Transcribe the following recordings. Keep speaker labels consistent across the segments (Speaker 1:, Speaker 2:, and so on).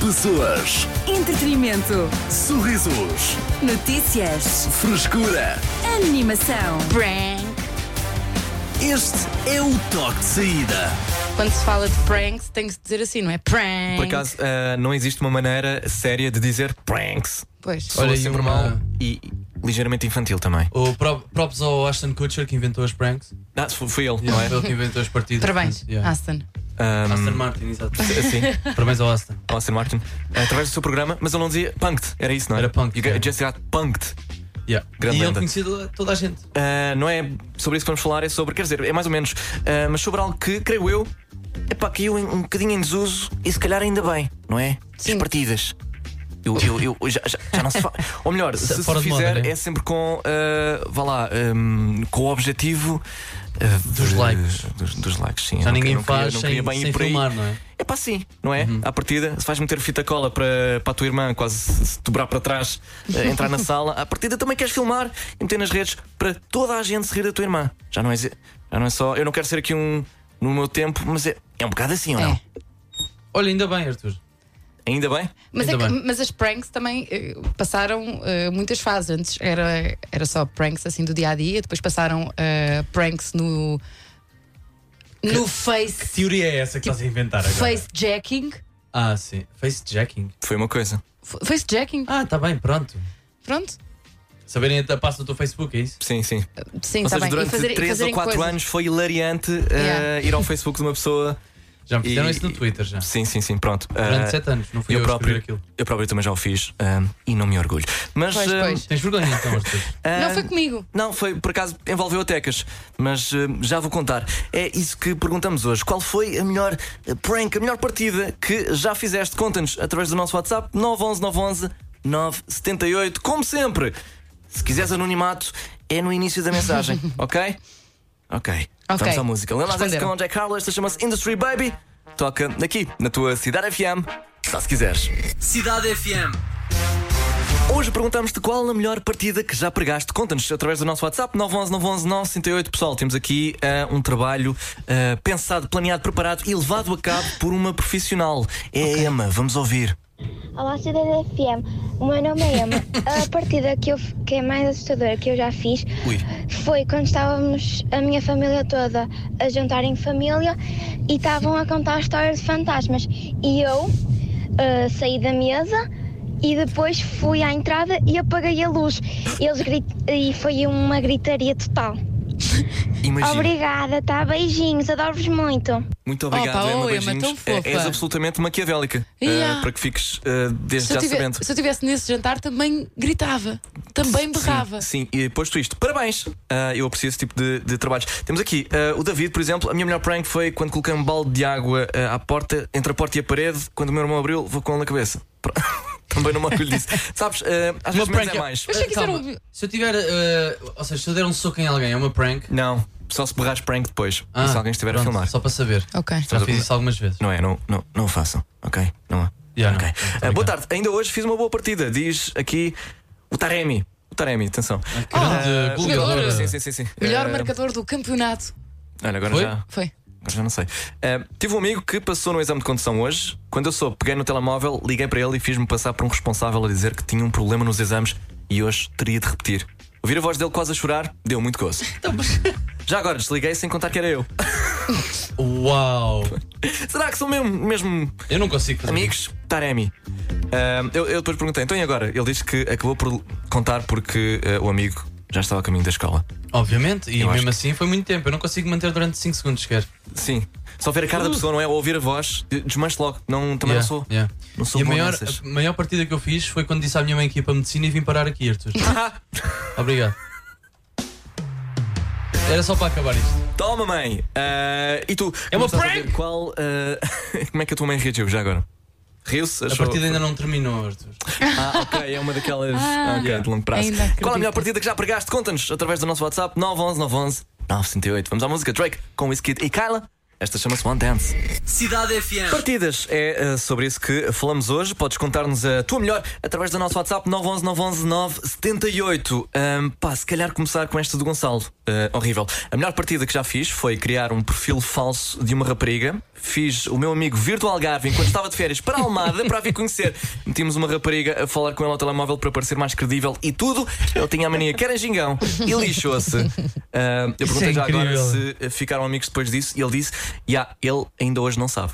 Speaker 1: Pessoas,
Speaker 2: Entretenimento.
Speaker 1: sorrisos,
Speaker 2: Notícias.
Speaker 1: frescura.
Speaker 2: Animação.
Speaker 3: Prank.
Speaker 1: Este é o toque de saída.
Speaker 3: Quando se fala de pranks, tem que se dizer assim, não é? Prank.
Speaker 4: Por acaso, ah, não existe uma maneira séria de dizer pranks.
Speaker 3: Pois.
Speaker 4: Soa
Speaker 5: Olha, e
Speaker 4: sempre
Speaker 5: uma-
Speaker 4: mal e ligeiramente infantil também.
Speaker 5: O pró- próprios ao Ashton Kutcher que inventou as pranks.
Speaker 4: Ah, foi foi ele,
Speaker 5: Yeah, Foi
Speaker 4: não é?
Speaker 5: ele que inventou as partidas.
Speaker 3: Parabéns,
Speaker 5: Yeah.
Speaker 3: Aston.
Speaker 4: Ah,
Speaker 5: Aston Martin, exato.
Speaker 4: Sim,
Speaker 5: Parabéns ao Aston.
Speaker 4: ao Aston Martin. Através do seu programa, mas ele não dizia punked, era isso, não é?
Speaker 5: Era punked,
Speaker 4: You got-
Speaker 5: yeah.
Speaker 4: Just got punked.
Speaker 5: Yeah.
Speaker 4: Grande
Speaker 5: e ele
Speaker 4: lenda.
Speaker 5: conhecido a toda a gente.
Speaker 4: Ah, não é sobre isso que vamos falar, é sobre, quer dizer, é mais ou menos, ah, mas sobre algo que, creio eu, epá, caiu em- um bocadinho em desuso e se calhar ainda bem, não é?
Speaker 3: Sim.
Speaker 4: As partidas. Eu, eu- eu- eu já, já- já não se fala. Ou melhor, se, se
Speaker 5: Fora de moda,
Speaker 4: fizer,
Speaker 5: né?
Speaker 4: é sempre com, ah, vá lá, hum, com o objetivo. ah,
Speaker 5: Dos
Speaker 4: de-
Speaker 5: likes.
Speaker 4: Dos, dos likes, sim. Eu
Speaker 5: Já
Speaker 4: não
Speaker 5: ninguém
Speaker 4: queria- não queria-
Speaker 5: faz
Speaker 4: não
Speaker 5: sem,
Speaker 4: queria bem ir
Speaker 5: sem
Speaker 4: por aí.
Speaker 5: filmar, não é?
Speaker 4: É pá, sim, não é?
Speaker 3: Uhum.
Speaker 4: À partida, se vais meter fita cola para, para a tua irmã quase se dobrar para trás, eh, entrar na sala, à partida também queres filmar e meter nas redes para toda a gente se rir da tua irmã. Já não é, ze- já não é só. Eu não quero ser aqui um no meu tempo, mas é, é um bocado assim, ou não?
Speaker 3: É.
Speaker 5: Olha, ainda bem, Arthur.
Speaker 4: Ainda bem?
Speaker 3: Mas, é
Speaker 5: Ainda
Speaker 3: que-
Speaker 5: bem.
Speaker 3: mas as pranks também eh, passaram eh, muitas fases. Antes era, era só pranks assim do dia a dia, depois passaram eh, pranks no. No face.
Speaker 5: Teoria é essa que estás a inventar agora?
Speaker 3: Face jacking.
Speaker 5: Ah, sim. Face jacking.
Speaker 4: Foi uma coisa.
Speaker 3: F- Face jacking.
Speaker 5: Ah, tá bem, pronto.
Speaker 3: Pronto.
Speaker 5: Saberem a passa do teu Facebook, é isso?
Speaker 4: Sim, sim.
Speaker 3: Sim,
Speaker 4: ou
Speaker 3: está
Speaker 4: seja,
Speaker 3: bem. E
Speaker 4: durante
Speaker 3: fazer- e
Speaker 4: 3 ou
Speaker 3: fazerem
Speaker 4: 4
Speaker 3: coisas.
Speaker 4: anos foi hilariante eh,
Speaker 3: Yeah.
Speaker 4: ir ao Facebook de uma pessoa.
Speaker 5: Já me fizeram
Speaker 4: e-
Speaker 5: isso no Twitter já.
Speaker 4: Sim, sim, sim, pronto.
Speaker 5: Durante
Speaker 4: Eh,
Speaker 5: sete anos, não fui eu,
Speaker 4: eu
Speaker 5: a escrever
Speaker 4: próprio,
Speaker 5: aquilo.
Speaker 4: eu próprio também já o fiz eh, e não me orgulho. Mas.
Speaker 3: Pois,
Speaker 4: eh,
Speaker 3: pois.
Speaker 5: Tens vergonha então, Arthur?
Speaker 4: eh,
Speaker 3: Não foi comigo.
Speaker 4: Não, foi por acaso envolveu a Tecas, mas eh, já vou contar. É isso que perguntamos hoje. Qual foi a melhor eh, prank, a melhor partida que já fizeste? Conta-nos através do nosso WhatsApp 911 911 978. Como sempre, se quiseres anonimato, é no início da mensagem, ok? Ok. Vamos à música. Lembra
Speaker 3: Responderam.
Speaker 4: com Jack Harlow, esta chama-se Industry Baby. Toca aqui, na tua Cidade FM, só se quiseres.
Speaker 1: Cidade FM.
Speaker 4: Hoje perguntamos-te qual a melhor partida que já pregaste. Conta-nos através do nosso WhatsApp 911 911 968. Pessoal, temos aqui ah, um trabalho ah, pensado, planeado, preparado e levado a cabo por uma profissional. É a Emma, vamos ouvir.
Speaker 6: Olá, Cidade FM. O meu nome é Emma. A partida que, eu, f- que é mais assustadora que eu já fiz
Speaker 4: Ui.
Speaker 6: foi quando estávamos a minha família toda a jantar em família e estavam a contar histórias de fantasmas. E eu ah, saí da mesa e depois fui à entrada e apaguei a luz. E, eles grit... e foi uma gritaria total.
Speaker 4: Imagina.
Speaker 6: Obrigada, tá? Beijinhos, adoro-vos muito.
Speaker 4: Muito obrigado,
Speaker 3: Opa,
Speaker 4: Emma.
Speaker 3: oh, Emma,
Speaker 4: beijinhos.
Speaker 3: tão fofa.
Speaker 4: É- és absolutamente maquiavélica. ah,
Speaker 3: Yeah.
Speaker 4: para que fiques ah, desde
Speaker 3: Se eu,
Speaker 4: já
Speaker 3: tiver-
Speaker 4: sabendo.
Speaker 3: se eu tivesse nesse jantar, também gritava. Também berrava.
Speaker 4: Sim, e posto isto, parabéns! Ah, eu aprecio esse tipo de, de trabalhos. Temos aqui ah, o David, por exemplo. A minha melhor prank foi quando coloquei um balde de água ah, à porta, entre a porta e a parede. Quando o meu irmão abriu, vou com ele na cabeça. Pro- Também não me orgulho disso. Sabes, ah, às vezes menos é mais.
Speaker 3: Mas sei que isso era
Speaker 5: Calma.
Speaker 3: um-
Speaker 5: Se eu tiver. eh, ou seja, se eu der um soco em alguém, é uma prank.
Speaker 4: Não, só se berrares prank depois.
Speaker 5: Ah,
Speaker 4: e se alguém estiver
Speaker 5: pronto,
Speaker 4: a filmar.
Speaker 5: Só para saber.
Speaker 3: Ok.
Speaker 5: Já fiz isso algumas vezes.
Speaker 4: Não é, não, não, não o façam, ok? Não há.
Speaker 5: Yeah,
Speaker 4: Ok.
Speaker 5: não, não,
Speaker 4: Ah, boa
Speaker 5: obrigado.
Speaker 4: tarde, ainda hoje fiz uma boa partida. Diz aqui o Taremi. O Taremi, atenção.
Speaker 5: Grande
Speaker 4: Ah,
Speaker 5: goleador.
Speaker 4: Sim, sim, sim, sim.
Speaker 3: Melhor
Speaker 4: Ah,
Speaker 3: marcador do campeonato.
Speaker 4: Olha, agora
Speaker 5: Foi?
Speaker 4: já.
Speaker 3: Foi.
Speaker 4: Agora já não sei. Ah, tive um amigo que passou no exame de condução hoje. Quando eu soube, peguei no telemóvel, liguei para ele e fiz-me passar por um responsável a dizer que tinha um problema nos exames e hoje teria de repetir. Ouvir a voz dele quase a chorar deu muito gozo. Já agora desliguei sem contar que era eu.
Speaker 5: Uau!
Speaker 4: Será que são mesmo, mesmo
Speaker 5: Eu não consigo fazer isso.
Speaker 4: amigos? Taremi. Ah, eu, eu depois perguntei, então e agora? Ele disse que acabou por contar porque ah, o amigo já estava a caminho da escola.
Speaker 5: Obviamente, e
Speaker 4: Eu acho
Speaker 5: mesmo
Speaker 4: que-
Speaker 5: assim foi muito tempo. Eu não consigo manter durante 5 segundos sequer.
Speaker 4: Sim. Só ver a cara da pessoa, não é? Ou ouvir a voz, desmanche logo. Não, também
Speaker 5: Uh! Yeah,
Speaker 4: não sou.
Speaker 5: yeah.
Speaker 4: Não sou
Speaker 5: e a
Speaker 4: bom
Speaker 5: maior,
Speaker 4: nessas.
Speaker 5: a maior partida que eu fiz foi quando disse à minha mãe que ia para a medicina e vim parar aqui, Arthur. Obrigado. Era só para acabar isto.
Speaker 4: Toma, mãe! Ah, e tu?
Speaker 5: É uma
Speaker 4: começaste a
Speaker 5: prank!
Speaker 4: ver Qual, ah, como é que a tua mãe reagiu já agora? Riu-se?
Speaker 5: A
Speaker 4: Achou...
Speaker 5: partida ainda não terminou, Arthur.
Speaker 4: Tá Ah, ok, é uma daquelas. Ah, ok, de longo prazo.
Speaker 3: ainda
Speaker 4: Qual
Speaker 3: acredito.
Speaker 4: a melhor partida que já pregaste? Conta-nos através do nosso WhatsApp 911 911 968. Vamos à música Drake com Wizkid e Kyla. Esta chama-se One Dance.
Speaker 1: Cidade FM.
Speaker 4: Partidas, é eh, sobre isso que falamos hoje. Podes contar-nos a tua melhor através do nosso WhatsApp 911 911 978. Ahm, hum, pá, se calhar começar com esta do Gonçalo. Eh, horrível. A melhor partida que já fiz foi criar um perfil falso de uma rapariga. Fiz o meu amigo vir do Algarve enquanto estava de férias para Almada para a vir conhecer. Metimos uma rapariga a falar com ele ao telemóvel para parecer mais credível e tudo. Ele tinha a mania que era gingão e lixou-se. Ahm, eu perguntei já agora
Speaker 5: incrível.
Speaker 4: se eh, ficaram amigos depois disso e ele disse: Ya, ele ainda hoje não sabe.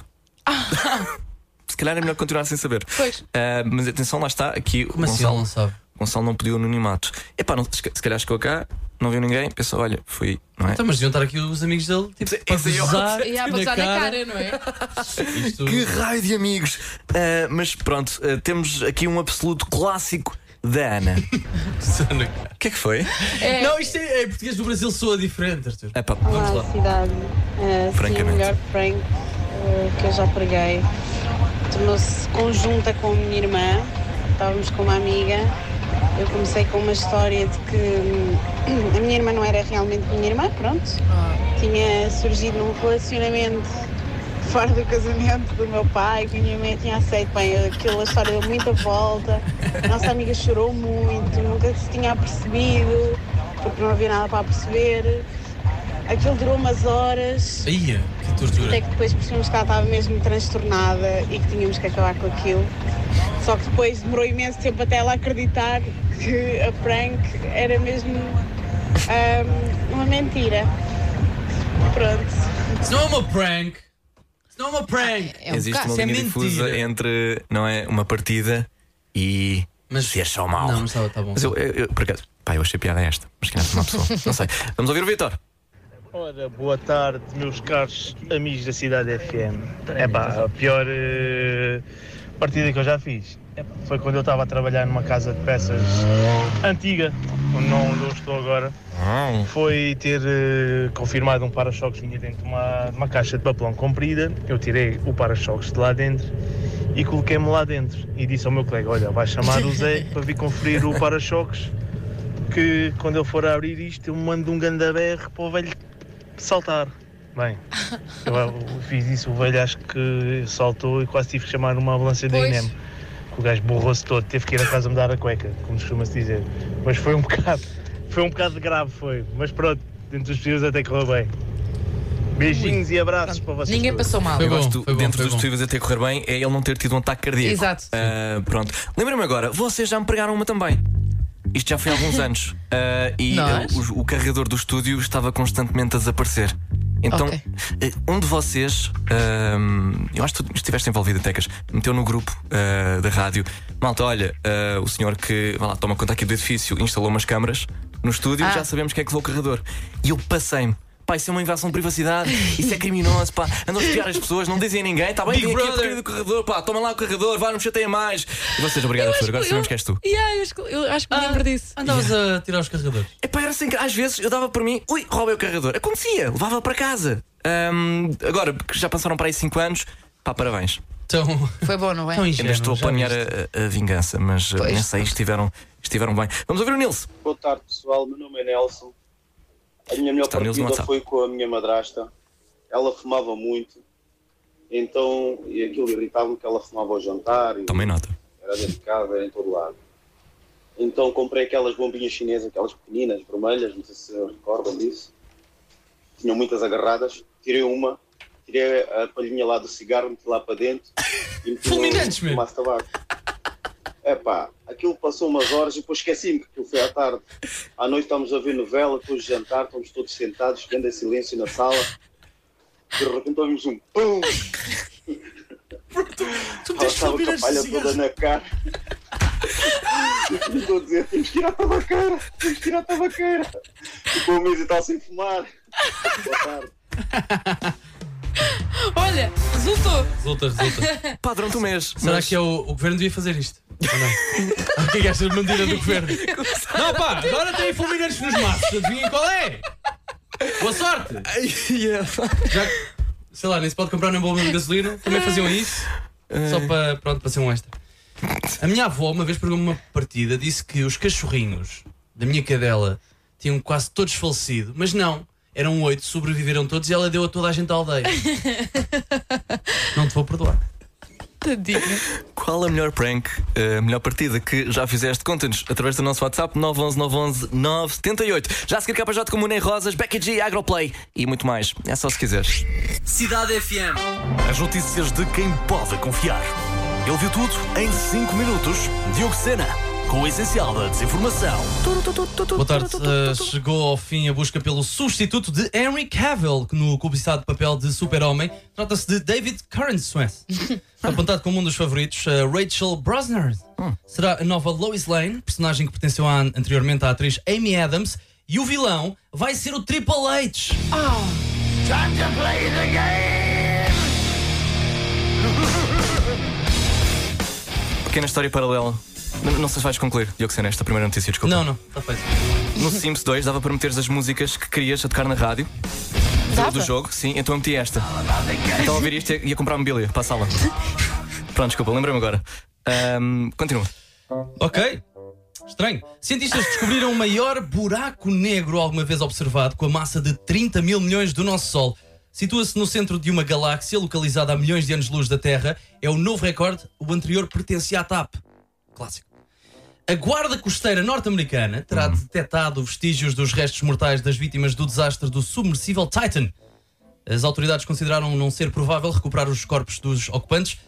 Speaker 4: Se calhar é melhor continuar sem saber.
Speaker 3: Pois.
Speaker 4: Ah, mas atenção, lá está. Aqui o
Speaker 5: Como assim ele
Speaker 4: Gonçalo,
Speaker 5: não sabe?
Speaker 4: Gonçalo não pediu anonimato. Epá, não, se ca- se calhar chegou cá, não viu ninguém, pensou: olha, fui. Não é?
Speaker 5: Então, mas deviam estar aqui os amigos dele, tipo,
Speaker 4: Sim,
Speaker 5: para
Speaker 4: sim, eu-
Speaker 5: gozar
Speaker 3: E há para usar na cara, não é?
Speaker 5: Isto-
Speaker 4: Que raio de amigos! Ah, mas pronto, ah, temos aqui um absoluto clássico da Ana. O que é que foi?
Speaker 5: Não, isto é, é português do Brasil, soa diferente, Arthur.
Speaker 4: Epá,
Speaker 5: Vamos
Speaker 7: Olá,
Speaker 5: lá.
Speaker 7: cidade. Ah, sim,
Speaker 4: Francamente.
Speaker 7: o melhor prank eh, que eu já preguei. Tornou-se conjunta com a minha irmã. Estávamos com uma amiga. Eu comecei com uma história de que hum, a minha irmã não era realmente minha irmã, pronto. Tinha surgido num relacionamento fora do casamento do meu pai, que a minha mãe tinha aceito. Bem, aquela história deu muita volta. A nossa amiga chorou muito, nunca se tinha apercebido, porque não havia nada para perceber. Aquilo durou umas horas,
Speaker 5: Ia, que tortura.
Speaker 7: até que depois percebemos que ela estava mesmo transtornada e que tínhamos que acabar com aquilo. Só que depois demorou imenso tempo até ela acreditar que a prank era mesmo ahm, uma mentira. Pronto.
Speaker 5: Se não é uma prank, se não é uma prank.
Speaker 3: É um
Speaker 4: existe
Speaker 3: bocado.
Speaker 4: uma
Speaker 5: isso é
Speaker 4: linha difusa
Speaker 5: mentira.
Speaker 4: entre, não é? Uma partida e.
Speaker 5: Mas-
Speaker 4: se achou mal.
Speaker 5: Não, mas estava tá bom.
Speaker 4: Mas eu, eu, eu, por acaso, pá, eu achei piada esta. Mas que não é uma pessoa. não sei. Vamos ouvir o Vitor.
Speaker 8: Ora, boa tarde, meus caros amigos da Cidade FM. É pá, a pior eh, partida que eu já fiz epá, foi quando eu estava a trabalhar numa casa de peças antiga, onde não, onde eu estou agora. Foi ter eh, confirmado um para-choques vinha dentro de uma, de uma caixa de papelão comprida. Eu tirei o para-choques de lá dentro e coloquei-me lá dentro. E disse ao meu colega: Olha, vai chamar o Zé para vir conferir o para-choques. Que quando ele for a abrir isto, eu mando um gandaberro para o velho saltar. Bem, eu, eu fiz isso, o velho acho que saltou e quase tive que chamar uma ambulância da
Speaker 3: Pois.
Speaker 8: INEM. O gajo borrou-se todo, teve que ir a casa mudar a cueca, como costuma-se dizer. Mas foi um bocado, foi um bocado grave, foi. Mas pronto, dentro dos filhos até correu bem. Beijinhos e abraços para vocês.
Speaker 3: Ninguém
Speaker 8: todos.
Speaker 3: passou mal.
Speaker 5: Foi
Speaker 4: Eu
Speaker 5: bom,
Speaker 4: gosto,
Speaker 5: foi bom,
Speaker 4: dentro
Speaker 5: foi
Speaker 4: dos
Speaker 5: bom.
Speaker 4: possíveis até correr bem, é ele não ter tido um ataque cardíaco.
Speaker 3: Exato, sim.
Speaker 4: Ah, pronto. Lembra-me agora, vocês já me pregaram uma também. Isto já foi há alguns anos. Ah, e
Speaker 3: Nós?
Speaker 4: ah, o, o carregador do estúdio estava constantemente a desaparecer. Então,
Speaker 3: Ok.
Speaker 4: ah, um de vocês, ahm, eu acho que tu estiveste envolvido, Tecas, meteu no grupo ah, da rádio: Malta, olha, ah, o senhor que vá lá, toma conta aqui do edifício, instalou umas câmaras no estúdio,
Speaker 3: Ah,
Speaker 4: já sabemos que é que levou o carregador. E eu passei-me. Pá, isso é uma invasão de privacidade, isso é criminoso, pá. Andam a espiar as pessoas, não dizem a ninguém, tá bem?
Speaker 5: Big
Speaker 4: Vem aqui a
Speaker 5: Brother.
Speaker 4: porcaria do carregador, pá, toma lá o carregador, vá, não me chateia mais. E vocês, obrigado, Arthur, agora sabemos que és tu.
Speaker 3: Yeah, eu, acho que- eu acho que me
Speaker 4: Ah,
Speaker 3: lembro disso.
Speaker 5: Andavas a tirar os carregadores.
Speaker 4: Epá, era assim que às vezes eu dava por mim, ui, roubei o carregador. Acontecia, levava para casa. Ahm, agora, porque já passaram para aí 5 anos, pá, parabéns.
Speaker 5: Então,
Speaker 3: Foi bom, não é?
Speaker 5: então
Speaker 4: Ainda
Speaker 5: ingênuo,
Speaker 4: estou a
Speaker 5: já
Speaker 4: planear
Speaker 5: viste.
Speaker 4: a, a- a vingança, mas uh,
Speaker 3: Pois.
Speaker 4: nem sei, estiveram, estiveram bem. Vamos ouvir o Nilson.
Speaker 9: Boa tarde, pessoal. Meu nome é Nelson. A minha melhor
Speaker 4: Está o Nilson
Speaker 9: partida
Speaker 4: no
Speaker 9: foi com a minha madrasta. Ela fumava muito, então, e aquilo irritava-me que ela fumava ao jantar, e
Speaker 4: Tomei nota.
Speaker 9: era dentro de casa, era em todo lado. Então comprei aquelas bombinhas chinesas, aquelas pequeninas, vermelhas, não sei se se recordam disso. Tinham muitas agarradas. Tirei uma, tirei a palhinha lá do cigarro, meti lá para dentro e meti
Speaker 5: Fulminantes, meu.
Speaker 9: um maço de tabaco. Epá, aquilo passou umas horas e depois esqueci-me que aquilo foi à tarde. À noite estamos a ver novela, depois de jantar, estamos todos sentados, grande silêncio na sala. De repente ouvimos um pum!
Speaker 5: Tu me
Speaker 9: Ela
Speaker 5: tens
Speaker 9: estava com a
Speaker 5: fulminantes
Speaker 9: palha
Speaker 5: de
Speaker 9: toda
Speaker 5: cigarros.
Speaker 9: na cara. E Estou a dizer, temos que ir à tabaqueira, temos que ir à tabaqueira. Ficou um mês e tal sem fumar. Boa tarde.
Speaker 3: Olha, resultou.
Speaker 5: Resulta, resulta.
Speaker 4: Pá, durante um mês.
Speaker 5: Será
Speaker 4: mas-
Speaker 5: que é o, o governo devia fazer isto? Ou não? O que é que achas de mentira do governo? Não, pá, agora tem fulminantes nos maços. Adivinhem qual é? Boa sorte! Já, sei lá, nem se pode comprar na bomba de gasolina. Também faziam isso. Só para, pronto, para ser um extra. A minha avó uma vez pegou-me uma partida, disse que os cachorrinhos da minha cadela tinham quase todos falecido, mas não. Eram oito, sobreviveram todos e ela deu a toda a gente da aldeia. Não te vou perdoar.
Speaker 3: Tadinha.
Speaker 4: Qual a melhor prank, a melhor partida que já fizeste? Conta-nos através do nosso WhatsApp 911 911 978. Já a seguir KJ com Munem Rosas, Becky G, Agroplay e muito mais. É só se quiseres.
Speaker 1: Cidade FM. As notícias de quem pode confiar. Ele viu tudo em 5 minutos. Diogo Sena, com o essencial da desinformação.
Speaker 5: Boa tarde. Uh, chegou ao fim a busca pelo substituto de Henry Cavill que no cobiçado papel de super-homem. Trata-se de David Currensweth. Apontado como um dos favoritos, uh, Rachel Brosner será a nova Lois Lane, personagem que pertenceu à- anteriormente à atriz Amy Adams. E o vilão vai ser o Triple H.
Speaker 4: Pequena história paralela. N- Não sei se vais concluir, Diogo Sena, esta primeira notícia, desculpa.
Speaker 5: Não, não, está feito.
Speaker 4: No Sims 2 dava para meteres as músicas que querias a tocar na rádio do-
Speaker 3: Dava?
Speaker 4: do jogo, sim, então eu meti esta. Então a ouvir isto e a comprar mobília para a sala. Pronto, desculpa, lembrei-me agora. Ahm, continua.
Speaker 5: Ok. Estranho. Cientistas descobriram o maior buraco negro alguma vez observado, com a massa de 30 mil milhões do nosso Sol. Situa-se no centro de uma galáxia localizada a milhões de anos-luz da Terra. É o novo recorde, o anterior pertencia à TAP. Clássico. A Guarda Costeira norte-americana terá detectado vestígios dos restos mortais das vítimas do desastre do submersível Titan. As autoridades consideraram não ser provável recuperar os corpos dos ocupantes,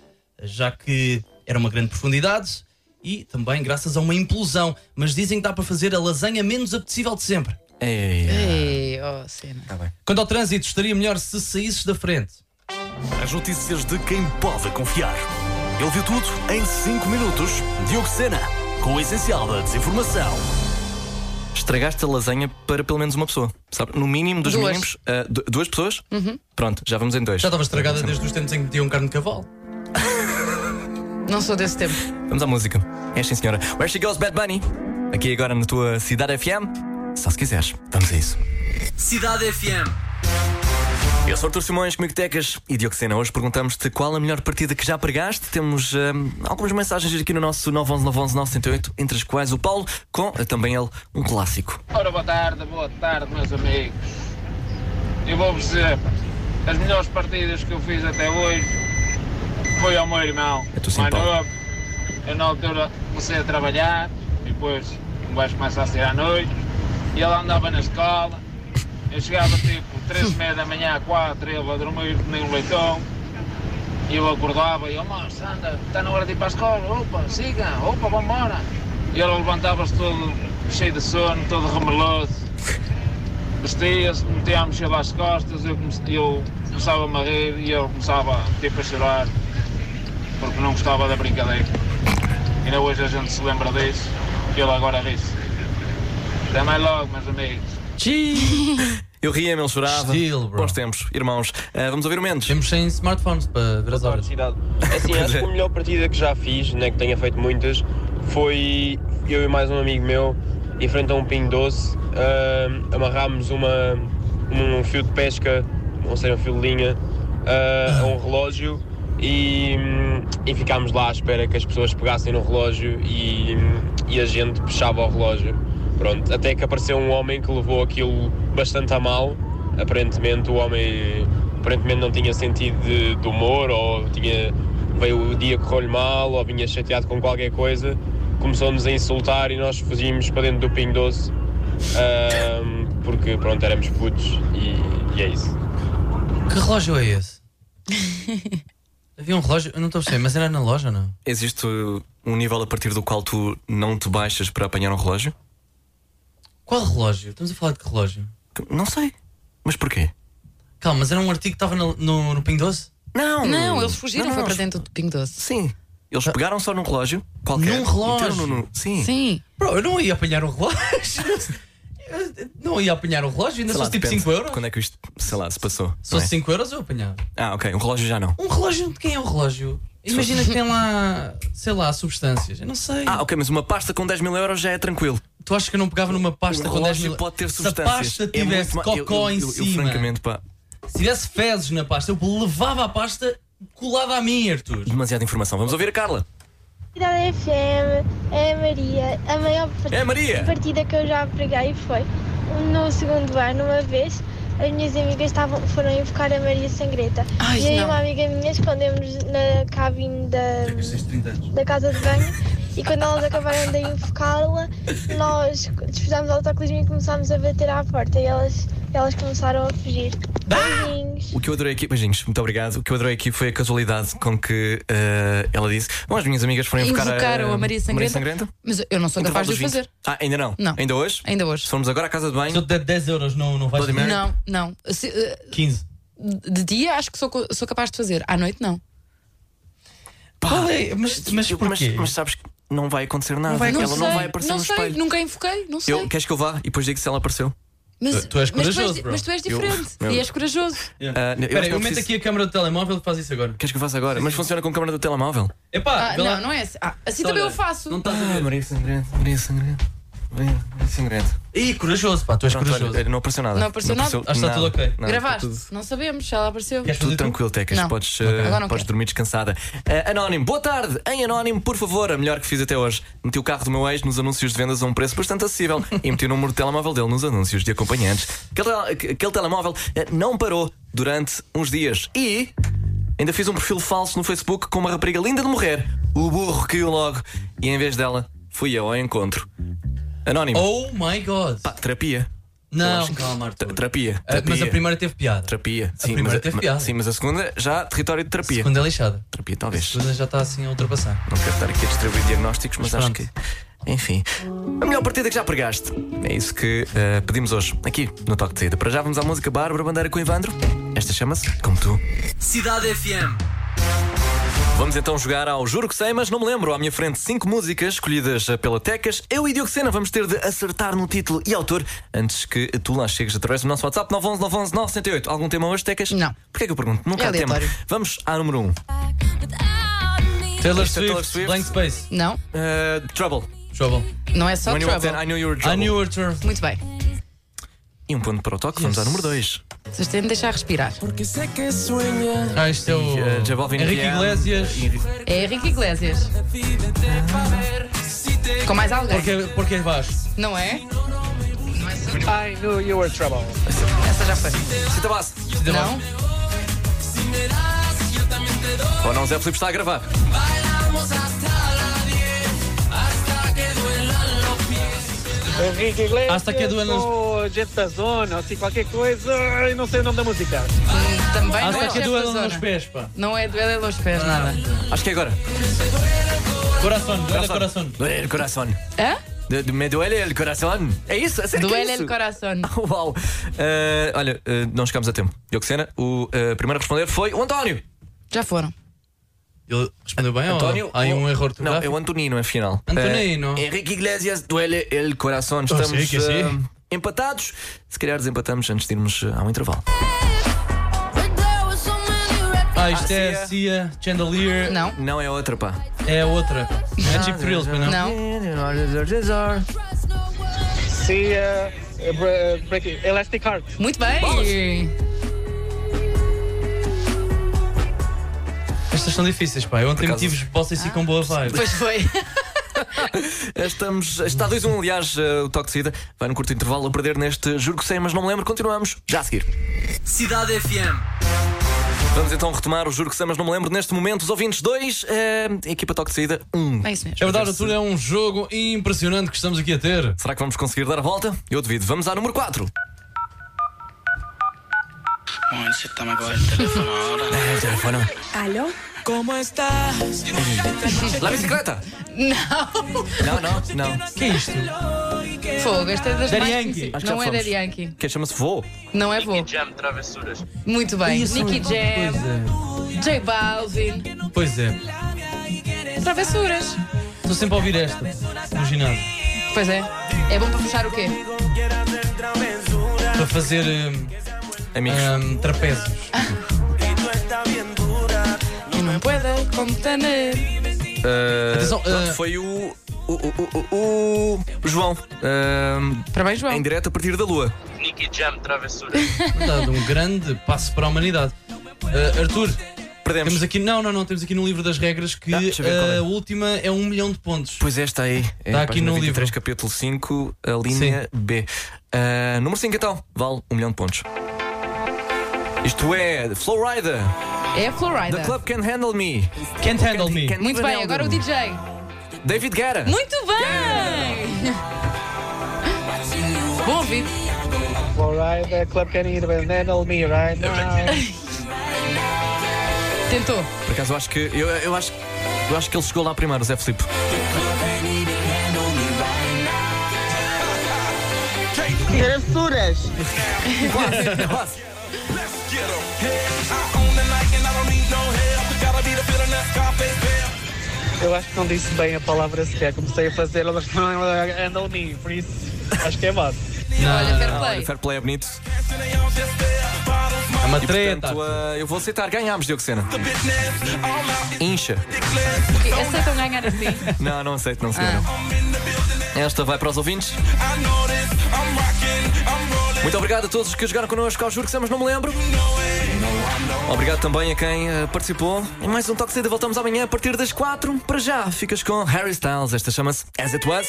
Speaker 5: já que era uma grande profundidade e também graças a uma implosão. Mas dizem que dá para fazer a lasanha menos apetecível de sempre.
Speaker 4: Ei,
Speaker 5: É.
Speaker 3: Ei, oh, cena.
Speaker 5: Tá Quanto ao trânsito, estaria melhor se saísses da frente.
Speaker 1: As notícias de quem pode confiar. Ele viu tudo em 5 minutos. Diogo Sena, com o essencial da desinformação.
Speaker 4: estragaste a lasanha para pelo menos uma pessoa. Sabe? No mínimo dos
Speaker 3: Duas. Uhum.
Speaker 4: mínimos, ah, du- duas pessoas? Pronto, já vamos em dois.
Speaker 5: Já estava estragada desde os tempos em que metiam um carne de cavalo.
Speaker 3: Não sou desse tempo.
Speaker 4: Vamos à música. É sim, senhora. Where She Goes Bad Bunny. Aqui agora na tua Cidade FM. Só se quiseres. Vamos a isso.
Speaker 1: Cidade FM.
Speaker 4: Eu sou Artur Simões, comigo Tecas e Diocena. Hoje perguntamos-te qual a melhor partida que já pregaste. Temos hum, algumas mensagens aqui no nosso 911-911-908, entre as quais o Paulo, com eh, também ele um clássico.
Speaker 10: Ora, boa tarde, boa tarde, meus amigos. Eu vou-vos dizer, as melhores partidas que eu fiz até hoje foi ao meu irmão,
Speaker 4: É tu sim,
Speaker 10: mais
Speaker 4: Paulo.
Speaker 10: novo. Eu, na altura, comecei a trabalhar, e depois o gajo começa a sair à noite, e ele andava na escola. Eu chegava tipo 3 e meia da manhã, 4, ele a dormir que nem um leitão. E eu acordava e eu, moço, anda, está na hora de ir para a escola, Tá opa, siga, opa, vambora. E ele levantava-se todo cheio de sono, todo remeloso. Vestia-se, metia a mochila às costas, eu, come- eu começava a rir e ele começava tipo a chorar, porque não gostava da brincadeira. Ainda hoje a gente se lembra disso, e ele agora ri-se. Até mais logo, meus amigos.
Speaker 4: Eu ria, ele chorava.
Speaker 5: Estilo, bro.
Speaker 4: Bons tempos, irmãos. Eh, vamos ouvir o Mendes.
Speaker 5: Temos sem smartphones para ver as horas.
Speaker 11: Cidade. Assim,
Speaker 4: Pois
Speaker 11: acho
Speaker 4: é.
Speaker 11: que a melhor partida que já fiz, né, que tenha feito muitas, foi eu e mais um amigo meu, em frente a um pinho doce, ah, amarrámos uma, um fio de pesca, ou seja, um fio de linha, ah, a um relógio e, hum, e ficámos lá à espera que as pessoas pegassem no relógio e, hum, e a gente puxava o relógio. Pronto, até que apareceu um homem que levou aquilo bastante a mal aparentemente o homem aparentemente não tinha sentido de, de humor ou tinha veio o dia correu-lhe mal ou vinha chateado com qualquer coisa começou-nos a insultar e nós fugimos para dentro do Pingo Doce ahm, porque pronto, éramos putos e- e é isso
Speaker 5: Que relógio é esse? Havia um relógio, eu não estou a perceber, mas era na loja, não?
Speaker 4: Existe uh, um nível a partir do qual tu não te baixas para apanhar um relógio?
Speaker 5: Qual relógio? Estamos a falar de que relógio?
Speaker 4: Que- Não sei. Mas porquê?
Speaker 5: Calma, mas era um artigo que estava no, no, no Pingo Doce?
Speaker 4: Não!
Speaker 3: Não, eles fugiram,
Speaker 4: Não, não,
Speaker 3: foi para
Speaker 4: eles-
Speaker 3: dentro do Pingo Doce.
Speaker 4: Sim. Eles pegaram só num relógio qualquer.
Speaker 5: Ah. Num relógio?
Speaker 4: meteram no- no- Sim.
Speaker 3: Sim.
Speaker 5: Bro, eu não ia apanhar o relógio. Eu não ia apanhar o relógio, ainda
Speaker 4: Sei lá,
Speaker 5: fosse tipo
Speaker 4: depende
Speaker 5: 5 euros.
Speaker 4: Quando é que isto, sei lá, se passou?
Speaker 5: Se
Speaker 4: não é?
Speaker 5: fosse 5 euros, eu apanhava.
Speaker 4: Ah, ok. Um relógio já não.
Speaker 5: Um relógio, de quem é o relógio? Imagina que tem lá, sei lá, substâncias. Eu não sei.
Speaker 4: Ah, ok, mas uma pasta com 10 mil euros já é tranquilo.
Speaker 5: Tu achas que eu não pegava numa pasta
Speaker 4: Um
Speaker 5: com 10
Speaker 4: relógio
Speaker 5: mil
Speaker 4: pode ter
Speaker 5: Se a
Speaker 4: substâncias.
Speaker 5: pasta
Speaker 4: É muito
Speaker 5: tivesse
Speaker 4: ma- eu-
Speaker 5: cocó
Speaker 4: eu-
Speaker 5: em
Speaker 4: eu- eu
Speaker 5: cima,
Speaker 4: francamente, pá,
Speaker 5: se tivesse fezes na pasta, eu levava a pasta colada a mim, Arthur.
Speaker 4: demasiada informação. Vamos ouvir a Carla.
Speaker 6: Cidade FM é a Maria. A maior
Speaker 4: É a Maria!
Speaker 6: partida que eu já preguei foi no segundo ano, uma vez,
Speaker 12: as minhas amigas estavam, foram invocar a Maria Sangreta.
Speaker 13: Ai,
Speaker 12: e aí
Speaker 13: não.
Speaker 12: uma amiga minha escondemos na cabine
Speaker 4: é
Speaker 12: da,
Speaker 5: 30 anos.
Speaker 12: da casa de banho e quando elas acabaram de invocá-la, nós desfizemos o autocolismo e começámos a bater à porta e elas, elas começaram a fugir. Beijinhos.
Speaker 4: O que eu adorei aqui, beijinhos, muito obrigado. O que eu adorei aqui foi a casualidade com que eh, ela disse: Bom, as minhas amigas foram invocar
Speaker 3: Invocaram a, Maria Sangrenta.
Speaker 4: Maria Sangrenta.
Speaker 3: Mas eu não sou
Speaker 4: Intervalo
Speaker 3: capaz de o
Speaker 4: Um dos 20.
Speaker 3: fazer.
Speaker 4: Ah, ainda não?
Speaker 3: Não.
Speaker 4: Ainda hoje?
Speaker 3: Ainda hoje.
Speaker 4: Se formos agora à casa de banho.
Speaker 5: Se eu te der 10 euros, não, não vais
Speaker 4: Bloody Mary?
Speaker 3: Não, não. Se, eh,
Speaker 5: 15.
Speaker 3: de dia acho que sou, co- sou capaz de fazer, à noite não.
Speaker 5: Qual é? Mas, mas
Speaker 4: Eu-
Speaker 5: porquê?
Speaker 4: Mas sabes que não vai acontecer nada.
Speaker 3: vai
Speaker 4: ela
Speaker 3: acontecer.
Speaker 4: não vai aparecer
Speaker 3: Não
Speaker 4: no
Speaker 3: sei,
Speaker 4: espelho.
Speaker 3: nunca invoquei, não sei.
Speaker 4: Eu, queres que eu vá e depois digo se ela apareceu?
Speaker 3: Mas,
Speaker 5: Tu- tu és
Speaker 3: mas tu
Speaker 5: corajoso, bro. É.
Speaker 3: mas tu és
Speaker 4: Eu-
Speaker 3: diferente
Speaker 4: eu-
Speaker 3: e és corajoso.
Speaker 4: Ah, não, eu
Speaker 5: Espera
Speaker 4: acho
Speaker 5: aí,
Speaker 4: que não
Speaker 5: eu meto
Speaker 4: preciso-
Speaker 5: aqui a câmera do telemóvel e faz isso agora.
Speaker 4: Queres que eu faça agora? Mas funciona com a câmera do telemóvel?
Speaker 5: Epá,
Speaker 3: Ah,
Speaker 5: vê lá.
Speaker 3: não, não é assim. Ah, assim
Speaker 5: Olha,
Speaker 3: também eu faço.
Speaker 4: tá
Speaker 5: Não estás a ver.
Speaker 4: Maria Sangrento, Maria Sangrento. Maria Maria Sangrento.
Speaker 5: Ih, corajoso, pá, tu és
Speaker 4: Pronto,
Speaker 5: corajoso.
Speaker 4: olha, não apareceu nada.
Speaker 3: Não apareceu nada?
Speaker 5: Acho que está tudo ok.
Speaker 4: nada,
Speaker 3: Gravaste?
Speaker 4: está tudo-
Speaker 3: Não sabemos se ela apareceu.
Speaker 5: Queres
Speaker 4: Tudo
Speaker 5: fazer tu?
Speaker 4: tranquilo, Tecas.
Speaker 3: Não.
Speaker 4: Podes,
Speaker 3: Ok.
Speaker 4: eh,
Speaker 3: Agora não
Speaker 4: podes
Speaker 3: quero.
Speaker 4: dormir descansada. Eh, anónimo, boa tarde. Em Anónimo, por favor, a melhor que fiz até hoje. Meti o carro do meu ex nos anúncios de vendas a um preço bastante acessível e meti o número de telemóvel dele nos anúncios de acompanhantes. Aquele, tel- aqu- aquele telemóvel eh, não parou durante uns dias e. Ainda fiz um perfil falso no Facebook com uma rapariga linda de morrer. O burro caiu logo e em vez dela fui eu ao encontro. Anónimo.
Speaker 5: Oh my god.
Speaker 4: Pá, terapia. Eu
Speaker 5: Não,
Speaker 4: acho que-
Speaker 5: calma,
Speaker 4: Te-
Speaker 5: Arthur.
Speaker 4: Terapia.
Speaker 5: Ah, Mas a
Speaker 4: terapia.
Speaker 5: primeira teve piada.
Speaker 4: Terapia. Sim,
Speaker 5: primeira
Speaker 4: mas,
Speaker 5: teve
Speaker 4: mas-
Speaker 5: piada.
Speaker 4: sim, mas a segunda já território de
Speaker 5: A
Speaker 4: terapia.
Speaker 5: segunda é lixada.
Speaker 4: Terapia,
Speaker 5: A
Speaker 4: talvez.
Speaker 5: segunda já está assim a ultrapassar.
Speaker 4: Não quero estar aqui a distribuir diagnósticos, mas,
Speaker 5: Mas
Speaker 4: acho
Speaker 5: pronto.
Speaker 4: que. Enfim. A melhor partida que já pregaste. É isso que eh, pedimos hoje, aqui no Toque de Saída. Para já vamos à música Bárbara Bandeira com Ivandro. Esta chama-se Como Tu.
Speaker 1: Cidade FM.
Speaker 4: Vamos então jogar ao Juro que sei, mas não me lembro. À minha frente, cinco músicas escolhidas eh, pela Tecas. Eu e Diogo Sena vamos ter de acertar no título e autor antes que tu lá chegues através do nosso WhatsApp 911 911 968. Algum tema hoje, Tecas?
Speaker 3: Não.
Speaker 4: Porquê que eu pergunto? Nunca
Speaker 3: É
Speaker 4: há tema.
Speaker 3: aleatório.
Speaker 4: Vamos à número 1. Um.
Speaker 5: Taylor
Speaker 4: Isto é Taylor
Speaker 5: Swift,
Speaker 4: Swift.
Speaker 5: Blank Space.
Speaker 3: Não,
Speaker 4: Eh, trouble.
Speaker 5: Trouble.
Speaker 3: não é só
Speaker 4: When you walked in, I
Speaker 3: trouble.
Speaker 4: knew you were trouble.
Speaker 5: I knew her turn.
Speaker 3: Muito bem.
Speaker 4: E um ponto para o toque, vamos à número 2.
Speaker 3: Vocês têm de deixar respirar.
Speaker 5: Ah, isto é
Speaker 4: eh,
Speaker 5: o.
Speaker 4: J Balvin
Speaker 5: Henrique
Speaker 4: Rihanna.
Speaker 5: Iglesias.
Speaker 3: É Henrique Iglesias. Com mais alguém.
Speaker 5: Porque, porque é baixo.
Speaker 3: Não é?
Speaker 10: I knew you were trouble.
Speaker 3: Essa já foi.
Speaker 4: Cita base.
Speaker 3: Não?
Speaker 4: Ou não, Zé Felipe está a gravar.
Speaker 10: Henrique Iglesias.
Speaker 5: Hasta que duela nos-
Speaker 10: ou Gente da Zona, ou assim, qualquer coisa. Ai, não sei o nome da música.
Speaker 3: Hum, Também
Speaker 5: Ah,
Speaker 3: não é
Speaker 5: está que
Speaker 3: chefe da
Speaker 5: duela nos
Speaker 3: zona.
Speaker 5: pés, pá.
Speaker 3: Não é duelo dos pés, nada.
Speaker 4: Acho que é agora.
Speaker 5: Coração, duela coração.
Speaker 4: Duele el coração.
Speaker 3: Hã?
Speaker 4: De, de, me duele el coração. É isso? Acerca
Speaker 3: Duelo
Speaker 4: isso. Ah,
Speaker 3: el coração.
Speaker 4: Uau! Eh, olha, eh, não chegámos a tempo. Diogo Sena, o eh, primeiro a responder foi o António.
Speaker 3: Já foram.
Speaker 5: Ele respondeu bem
Speaker 4: António
Speaker 5: ou há aí um
Speaker 4: o-
Speaker 5: erro
Speaker 4: Não, é
Speaker 5: ortográfico?
Speaker 4: o Antonino, afinal.
Speaker 5: Antonino.
Speaker 4: Eh, Henrique Iglesias, duele el coração. Estamos
Speaker 5: sei que
Speaker 4: eh,
Speaker 5: sim.
Speaker 4: empatados. Se calhar desempatamos antes de irmos eh, ao intervalo.
Speaker 5: Ah, isto é a Cia Chandelier.
Speaker 3: Não.
Speaker 4: Não é outra, pá.
Speaker 5: É outra. Não é Chip Thrills, mas não.
Speaker 3: Não.
Speaker 10: Se eh, eh, break- Elastic Heart.
Speaker 3: Muito bem.
Speaker 5: Estas são difíceis, pá. Eu ontem
Speaker 4: acaso-
Speaker 5: motivos para vocês ir com boa vibe.
Speaker 3: Ah, Pois foi.
Speaker 4: Eh, Estamos, está 2-1, aliás, eh, o toque de saída. Vai no curto intervalo a perder neste Juro que sei, mas não me lembro. Continuamos já a seguir.
Speaker 1: Cidade FM.
Speaker 4: Vamos então retomar o Juro que sei, mas não me lembro. Neste momento, os ouvintes 2, equipa toque de saída 1. Um.
Speaker 3: É isso mesmo.
Speaker 5: É verdade, Arthur, é um jogo impressionante que estamos aqui a ter.
Speaker 4: Será que vamos conseguir dar a volta? Eu devido. Vamos à número 4. Eh, é?
Speaker 2: Alô?
Speaker 4: La bicicleta!
Speaker 3: Não.
Speaker 4: Não, não, não.
Speaker 5: que é isto?
Speaker 3: Fogo, esta é das
Speaker 5: Daddy
Speaker 3: mais
Speaker 5: Yankee.
Speaker 3: conhecidas.
Speaker 4: Acho que já
Speaker 3: Não é
Speaker 4: fomos.
Speaker 3: Daddy Yankee.
Speaker 4: Que chama-se Voo.
Speaker 3: Não é voo.
Speaker 11: Jam Travessuras.
Speaker 3: Muito bem.
Speaker 5: Isso é
Speaker 3: Nicky
Speaker 5: outra
Speaker 3: Jam, J Balvin,
Speaker 5: coisa. Pois é.
Speaker 3: travessuras.
Speaker 5: Estou sempre a ouvir esta no ginásio.
Speaker 3: Pois é. É bom para puxar o quê?
Speaker 5: Para fazer hum,
Speaker 4: Amigos.
Speaker 5: hum, trapézios.
Speaker 3: Que não pueda contener.
Speaker 4: Eh,
Speaker 5: atenção,
Speaker 4: pronto,
Speaker 5: eh,
Speaker 4: foi o. O, o- o- o- o João, eh,
Speaker 3: Parabéns,
Speaker 4: em
Speaker 3: João.
Speaker 4: direto a partir da Lua.
Speaker 11: Nicky Jam Travessuras.
Speaker 5: Verdade, um grande passo para a humanidade. Uh, Arthur,
Speaker 4: Perdemos.
Speaker 5: temos aqui. Não, não, não. Temos aqui no livro das regras que
Speaker 4: Ah, deixa eu ver qual é.
Speaker 5: a última é um milhão de pontos.
Speaker 4: Pois é, está aí. É,
Speaker 5: Está aqui
Speaker 4: página
Speaker 5: no
Speaker 4: 23,
Speaker 5: livro.
Speaker 4: capítulo 5, a linha B. Ah, número 5, então, vale um milhão de pontos. Isto é Flowrider.
Speaker 3: É a Florida.
Speaker 4: The club can handle me.
Speaker 5: Can't handle me.
Speaker 4: Can
Speaker 3: Muito
Speaker 4: even
Speaker 3: bem,
Speaker 4: handle
Speaker 3: agora o
Speaker 4: me.
Speaker 3: DJ.
Speaker 4: David Guerra.
Speaker 3: Muito bem! Bom ouvir.
Speaker 13: Alright,
Speaker 10: eh,
Speaker 13: the club can eat and handle me right now.
Speaker 3: Tentou.
Speaker 4: Por acaso eu acho que eu, eu acho eu acho que ele chegou lá primeiro, o Zé Filipe.
Speaker 14: Graçuras.
Speaker 4: Quase.
Speaker 13: Eu acho que não disse bem a palavra sequer. Comecei a fazer handle me, por isso é acho que é bom.
Speaker 4: Olha,
Speaker 13: fair play.
Speaker 4: Olha, fair play é bonito.
Speaker 5: É uma
Speaker 4: e,
Speaker 5: treta.
Speaker 4: Portanto, eh, eu vou aceitar, ganhámos, Diogo Sena. Incha.
Speaker 3: Ok, Aceitam ganhar assim?
Speaker 4: Não, não aceito, não senhora. Esta vai para os ouvintes. Muito obrigado a todos que jogaram connosco, ao juro que estamos, não me lembro. Obrigado também a quem eh, participou. Em mais um Toque de Saída voltamos amanhã a partir das 4. Para já, ficas com Harry Styles. Esta chama-se As It Was.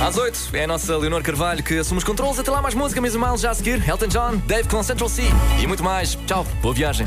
Speaker 4: Às 8 é a nossa Leonor Carvalho que assume os controles. Até lá, mais música, mesmo mal já a seguir. Elton John, Dave com Central C e muito mais. Tchau, boa viagem.